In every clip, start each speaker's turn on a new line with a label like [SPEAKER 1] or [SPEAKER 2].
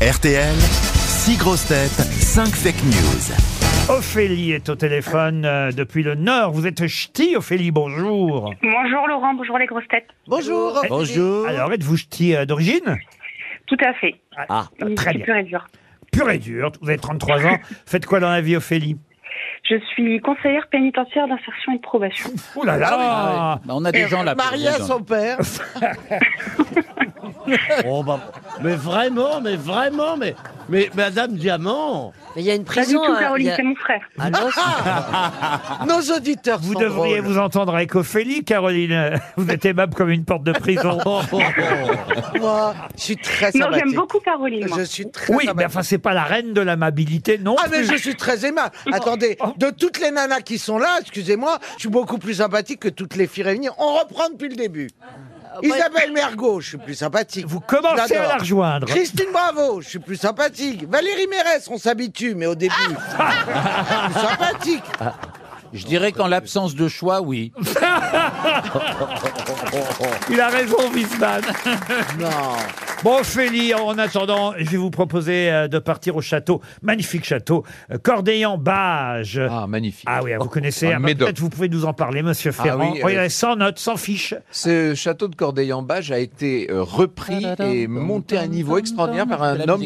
[SPEAKER 1] RTL, 6 grosses têtes, 5 fake news.
[SPEAKER 2] Ophélie est au téléphone euh, depuis le Nord. Vous êtes ch'ti, Ophélie, bonjour.
[SPEAKER 3] Bonjour Laurent, bonjour les grosses têtes.
[SPEAKER 4] Bonjour.
[SPEAKER 5] Bonjour.
[SPEAKER 6] Ah,
[SPEAKER 2] Alors, êtes-vous ch'ti euh, d'origine
[SPEAKER 3] Tout à fait.
[SPEAKER 5] Ah,
[SPEAKER 3] Une
[SPEAKER 2] très
[SPEAKER 3] petite
[SPEAKER 2] bien.
[SPEAKER 3] pure et dure.
[SPEAKER 2] Pure et dure, vous avez 33 ans. Faites quoi dans la vie, Ophélie
[SPEAKER 3] Je suis conseillère pénitentiaire d'insertion et de probation.
[SPEAKER 2] Oh là là
[SPEAKER 4] Ah
[SPEAKER 5] bah, on a des gens là.
[SPEAKER 4] Marié à son père.
[SPEAKER 5] Oh, bah, mais vraiment, mais vraiment, mais, mais Madame Diamant.
[SPEAKER 7] Mais il y a une
[SPEAKER 3] Pas du
[SPEAKER 7] prison.
[SPEAKER 2] euh,
[SPEAKER 3] tout
[SPEAKER 7] à-
[SPEAKER 3] Caroline,
[SPEAKER 7] il y a-
[SPEAKER 3] c'est mon frère.
[SPEAKER 2] Ah,
[SPEAKER 7] à Los.
[SPEAKER 4] Ah Nos auditeurs
[SPEAKER 2] Vous
[SPEAKER 4] sont
[SPEAKER 2] devriez
[SPEAKER 4] drôles.
[SPEAKER 2] vous entendre avec Ophélie, Caroline. Vous êtes aimable comme une porte de prison.
[SPEAKER 5] Oh, oh, oh.
[SPEAKER 4] Moi, je suis très
[SPEAKER 3] Non,
[SPEAKER 4] sympathique.
[SPEAKER 3] j'aime beaucoup Caroline. moi.
[SPEAKER 4] Je suis très
[SPEAKER 2] Oui, mais
[SPEAKER 4] sympathique.
[SPEAKER 2] enfin, c'est pas la reine de l'amabilité non
[SPEAKER 4] Ah mais
[SPEAKER 2] plus.
[SPEAKER 4] je suis très aimable. Attendez,
[SPEAKER 2] Oh.
[SPEAKER 4] de toutes les nanas qui sont là, excusez-moi, je suis beaucoup plus sympathique que toutes les filles réunies. On reprend depuis le début.
[SPEAKER 3] Ah,
[SPEAKER 4] Isabelle Mergot, je suis plus sympathique.
[SPEAKER 2] Vous commencez à
[SPEAKER 4] J'adore.
[SPEAKER 2] la rejoindre.
[SPEAKER 4] Christine Bravo, je suis plus sympathique. Valérie Mérès, on s'habitue, mais au début,
[SPEAKER 3] Ah
[SPEAKER 4] je suis plus sympathique.
[SPEAKER 5] Je dirais qu'en l'absence de choix, oui.
[SPEAKER 2] Il a raison, Wiesmann.
[SPEAKER 4] Non.
[SPEAKER 2] Bon, Ophélie, en attendant, je vais vous proposer euh, de partir au château, magnifique château, Cordeillan-Bage.
[SPEAKER 5] Ah, magnifique.
[SPEAKER 2] Ah oui, ah, vous connaissez. ah bah, Peut-être vous pouvez nous en parler, Monsieur
[SPEAKER 5] Ah
[SPEAKER 2] Ferrand.
[SPEAKER 8] oui, euh,
[SPEAKER 2] Regardez, sans notes, sans fiches.
[SPEAKER 8] Ce château de Corday-en-Bage a été euh, repris et monté à un niveau extraordinaire par un homme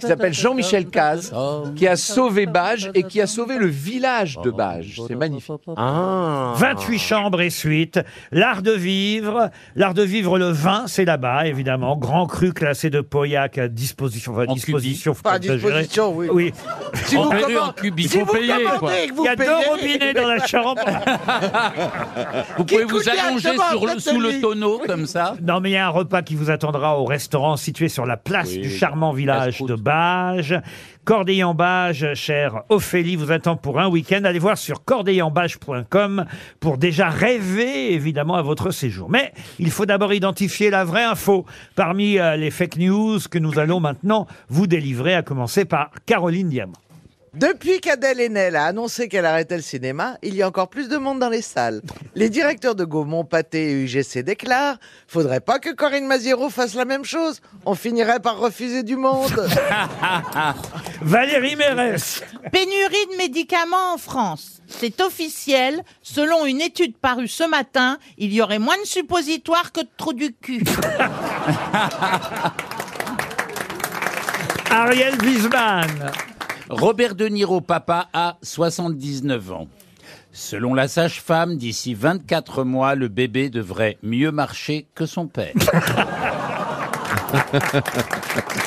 [SPEAKER 8] qui s'appelle Jean-Michel Caz, qui a sauvé Bage et qui a sauvé le village de Bage. C'est magnifique.
[SPEAKER 5] Ah.
[SPEAKER 2] 28 chambres et suites. L'art de vivre. L'art de vivre le vin, c'est là-bas, évidemment. Grand cru classé de Pauillac à disposition. Enfin,
[SPEAKER 5] En
[SPEAKER 2] disposition, faut
[SPEAKER 4] Pas
[SPEAKER 2] pas
[SPEAKER 4] à disposition,
[SPEAKER 2] exagérer.
[SPEAKER 4] oui.
[SPEAKER 2] Oui.
[SPEAKER 4] Si
[SPEAKER 5] En Peru,
[SPEAKER 4] commandez-
[SPEAKER 5] en Cubie.
[SPEAKER 4] si
[SPEAKER 5] Faut
[SPEAKER 4] vous
[SPEAKER 5] payer,
[SPEAKER 4] commandez
[SPEAKER 5] quoi.
[SPEAKER 4] et que vous
[SPEAKER 2] Il y a deux
[SPEAKER 4] payez-
[SPEAKER 2] robinets dans la chambre.
[SPEAKER 5] Vous
[SPEAKER 4] Qui
[SPEAKER 5] pouvez vous
[SPEAKER 4] coûte
[SPEAKER 5] allonger
[SPEAKER 4] directement
[SPEAKER 5] sur le,
[SPEAKER 4] en
[SPEAKER 5] sous le
[SPEAKER 4] Italie.
[SPEAKER 5] tonneau, comme ça
[SPEAKER 2] Non, mais il y a un repas qui vous attendra au restaurant situé sur la place
[SPEAKER 5] Oui,
[SPEAKER 2] du charmant village
[SPEAKER 5] casse-croûte.
[SPEAKER 2] de Bage. Cordeillan-Bage, chère Ophélie, vous attend pour un week-end. Allez voir sur cordeillanbage.com pour déjà rêver, évidemment, à votre séjour. Mais il faut d'abord identifier la vraie info parmi euh, les fake news que nous allons maintenant vous délivrer, à commencer par Caroline Diamant.
[SPEAKER 4] Depuis qu'Adèle Haenel a annoncé qu'elle arrêtait le cinéma, il y a encore plus de monde dans les salles. Les directeurs de Gaumont, Pathé et UGC déclarent « Faudrait pas que Corinne Maziero fasse la même chose. On finirait par refuser du monde.
[SPEAKER 2] Valérie Mérès.
[SPEAKER 9] Pénurie de médicaments en France. C'est officiel. Selon une étude parue ce matin, il y aurait moins de suppositoires que de trous du cul.
[SPEAKER 2] Ariel Wiesmann.
[SPEAKER 5] Robert De Niro, papa, a 79 ans. Selon la sage-femme, d'ici 24 mois, le bébé devrait mieux marcher que son père. »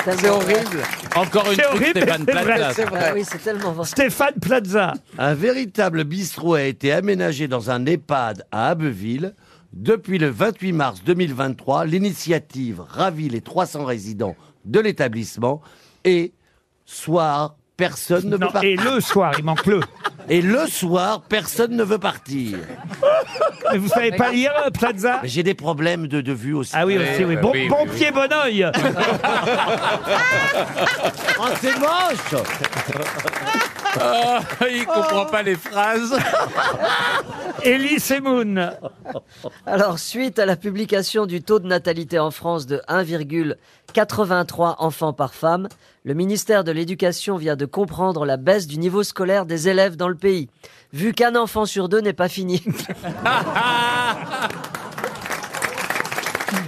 [SPEAKER 4] C'est horrible.
[SPEAKER 5] Encore une
[SPEAKER 2] C'est
[SPEAKER 5] fois,
[SPEAKER 2] horrible,
[SPEAKER 5] Stéphane
[SPEAKER 2] mais c'est vrai,
[SPEAKER 5] Plaza.
[SPEAKER 4] C'est
[SPEAKER 7] Ah
[SPEAKER 4] vrai.
[SPEAKER 7] oui, c'est tellement vrai.
[SPEAKER 2] Stéphane Plaza.
[SPEAKER 6] Un véritable bistrot a été aménagé dans un EHPAD à Abbeville. Depuis le 28 mars 2023, l'initiative ravit les 300 résidents de l'établissement et soir, personne ne
[SPEAKER 2] Non,
[SPEAKER 6] veut partir.
[SPEAKER 2] et le soir, il manque le.
[SPEAKER 6] Et le soir, personne ne veut partir.
[SPEAKER 2] Mais vous savez pas lire, euh, Plaza
[SPEAKER 6] Mais J'ai des problèmes de, de vue aussi.
[SPEAKER 2] Ah oui, aussi, oui. Bon,
[SPEAKER 8] oui,
[SPEAKER 2] bon
[SPEAKER 8] oui, oui.
[SPEAKER 2] pied, bon oeil.
[SPEAKER 6] Oh, c'est moche
[SPEAKER 5] Il comprend pas les phrases.
[SPEAKER 2] Elie Semoun.
[SPEAKER 7] Alors, suite à la publication du taux de natalité en France de 1,83 enfants par femme, le ministère de l'Éducation vient de comprendre la baisse du niveau scolaire des élèves dans le pays, vu qu'un enfant sur deux n'est pas fini.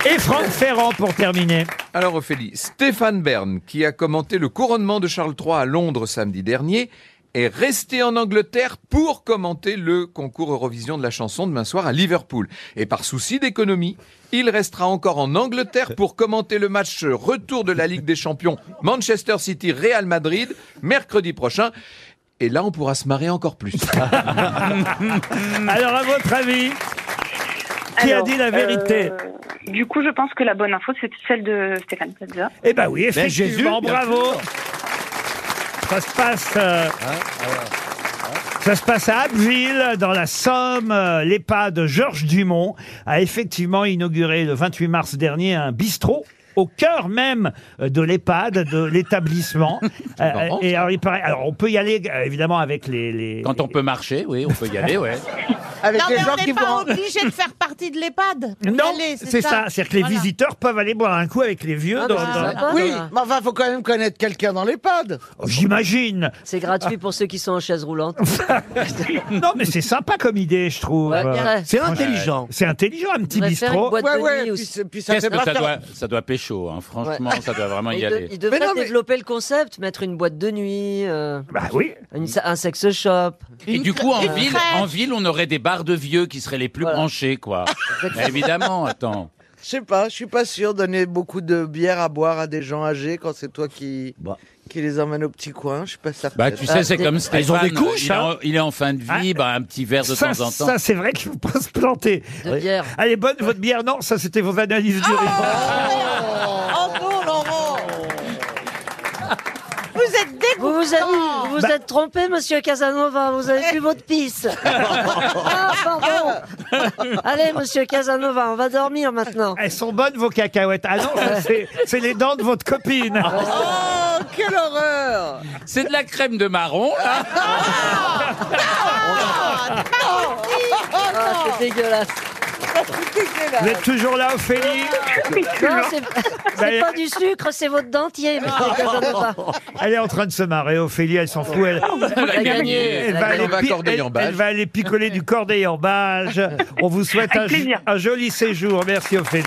[SPEAKER 2] Et Franck Ferrand pour terminer.
[SPEAKER 8] Alors Ophélie, Stéphane Bern, qui a commenté le couronnement de Charles III à Londres samedi dernier, est resté en Angleterre pour commenter le concours Eurovision de la chanson demain soir à Liverpool. Et par souci d'économie, il restera encore en Angleterre pour commenter le match retour de la Ligue des Champions Manchester City-Real Madrid mercredi prochain. Et là, on pourra se marrer encore plus. Hmm.
[SPEAKER 2] Alors, à votre avis, qui
[SPEAKER 3] Alors,
[SPEAKER 2] a dit la vérité
[SPEAKER 3] euh, Du coup, je pense que la bonne info, c'est celle de Stéphane Plaza.
[SPEAKER 2] Eh ben oui, effectivement,
[SPEAKER 6] Jésus, bien
[SPEAKER 2] bravo. Ça se passe. euh, Ça se passe à Abbeville, dans la Somme. Euh, L'EHPAD Georges Dumont a effectivement inauguré le 28 mars dernier un bistrot au cœur même euh, de l'EHPAD, de l'établissement. Euh,
[SPEAKER 8] marrant,
[SPEAKER 2] et
[SPEAKER 8] ça.
[SPEAKER 2] alors, il paraît- alors, on peut y aller euh, évidemment avec les, les-
[SPEAKER 5] Quand on peut marcher, oui, on peut y aller, ouais.
[SPEAKER 4] Avec
[SPEAKER 9] non,
[SPEAKER 4] les
[SPEAKER 9] mais
[SPEAKER 4] gens
[SPEAKER 9] on
[SPEAKER 4] qui
[SPEAKER 9] n'est pas
[SPEAKER 4] vont-
[SPEAKER 9] obligé de faire partie de l'EHPAD. Vous
[SPEAKER 2] Non,
[SPEAKER 9] y allez,
[SPEAKER 2] c'est ça. C'est-à-dire que les
[SPEAKER 9] Voilà.
[SPEAKER 2] visiteurs peuvent aller boire un coup avec les vieux.
[SPEAKER 7] Ah,
[SPEAKER 2] dans-
[SPEAKER 7] bah, c'est
[SPEAKER 2] dans-
[SPEAKER 7] sympa.
[SPEAKER 4] Oui,
[SPEAKER 7] ça.
[SPEAKER 4] mais enfin, faut quand même connaître quelqu'un dans l'EHPAD.
[SPEAKER 9] Oh,
[SPEAKER 2] J'imagine.
[SPEAKER 7] C'est gratuit pour ceux qui sont en chaise roulante.
[SPEAKER 2] Non, mais c'est sympa comme idée, je trouve.
[SPEAKER 7] Ouais,
[SPEAKER 2] Euh,
[SPEAKER 7] ouais.
[SPEAKER 6] C'est intelligent.
[SPEAKER 2] C'est intelligent, un petit
[SPEAKER 7] Faudrait faire une
[SPEAKER 2] bistrot.
[SPEAKER 7] boîte
[SPEAKER 4] Ouais,
[SPEAKER 7] de
[SPEAKER 4] ouais,
[SPEAKER 7] nuit
[SPEAKER 4] puis,
[SPEAKER 7] aussi.
[SPEAKER 4] c'est- puis ça
[SPEAKER 5] Qu'est-ce
[SPEAKER 4] fait
[SPEAKER 5] que
[SPEAKER 4] pas
[SPEAKER 5] ça
[SPEAKER 4] faire-
[SPEAKER 5] doit, ça doit pécho, hein. franchement, ça doit vraiment
[SPEAKER 7] Il,
[SPEAKER 5] y
[SPEAKER 7] de-
[SPEAKER 5] aller.
[SPEAKER 7] il devrait
[SPEAKER 4] Mais non, mais-
[SPEAKER 7] développer le concept, mettre une boîte de nuit, euh,
[SPEAKER 2] Bah oui.
[SPEAKER 7] une sa- un sex shop.
[SPEAKER 5] Et
[SPEAKER 9] Une
[SPEAKER 5] du coup, en
[SPEAKER 9] crêpe.
[SPEAKER 5] ville, en ville, on aurait des bars de vieux qui seraient les plus
[SPEAKER 7] Voilà.
[SPEAKER 5] branchés, quoi. Mais évidemment, attends.
[SPEAKER 4] Je sais pas, je suis pas sûr. Donner beaucoup de bière à boire à des gens âgés quand c'est toi qui,
[SPEAKER 6] Bah.
[SPEAKER 4] qui les emmène au petit coin, je suis pas certain.
[SPEAKER 7] Euh,
[SPEAKER 5] Bah, tu sais, c'est comme Stéphane.
[SPEAKER 6] ils ont des couches,
[SPEAKER 5] il, est en,
[SPEAKER 6] hein.
[SPEAKER 5] il est en fin de vie, bah, un petit verre de
[SPEAKER 2] Ça,
[SPEAKER 5] temps en temps.
[SPEAKER 2] ça, c'est vrai que je vous pense planter.
[SPEAKER 7] De bière.
[SPEAKER 2] Allez, bonne votre bière. Non, ça, c'était vos analyses du riz.
[SPEAKER 9] Oh bon, Laurent Vous êtes dégoûtant
[SPEAKER 7] Vous vous êtes, vous vous
[SPEAKER 2] Bah-
[SPEAKER 7] êtes trompé, monsieur Casanova, vous avez vu votre pisse. ah, pardon. Allez, monsieur Casanova, on va dormir maintenant.
[SPEAKER 2] Elles sont bonnes, vos cacahuètes. Ah non, ça, c'est c'est les dents de votre copine.
[SPEAKER 4] Oh, quelle horreur
[SPEAKER 5] C'est de la crème de marron, là.
[SPEAKER 7] Ah, c'est dégueulasse.
[SPEAKER 2] Vous êtes toujours là, Ophélie
[SPEAKER 7] Non, c'est
[SPEAKER 2] Bah,
[SPEAKER 7] c'est pas du sucre, c'est votre dentier, monsieur Casanova.
[SPEAKER 2] Elle est en train de se marrer, Ophélie, elle s'en fout. Elle,
[SPEAKER 5] Elle a
[SPEAKER 7] Elle a
[SPEAKER 5] gagné.
[SPEAKER 7] gagné.
[SPEAKER 2] elle va, aller
[SPEAKER 8] va
[SPEAKER 2] pi-
[SPEAKER 8] cordeiller
[SPEAKER 2] elle-
[SPEAKER 8] en bâche.
[SPEAKER 2] elle va aller picoler du cordeil en bâche. On vous souhaite un,
[SPEAKER 3] Avec plaisir.
[SPEAKER 2] un joli séjour. Merci, Ophélie.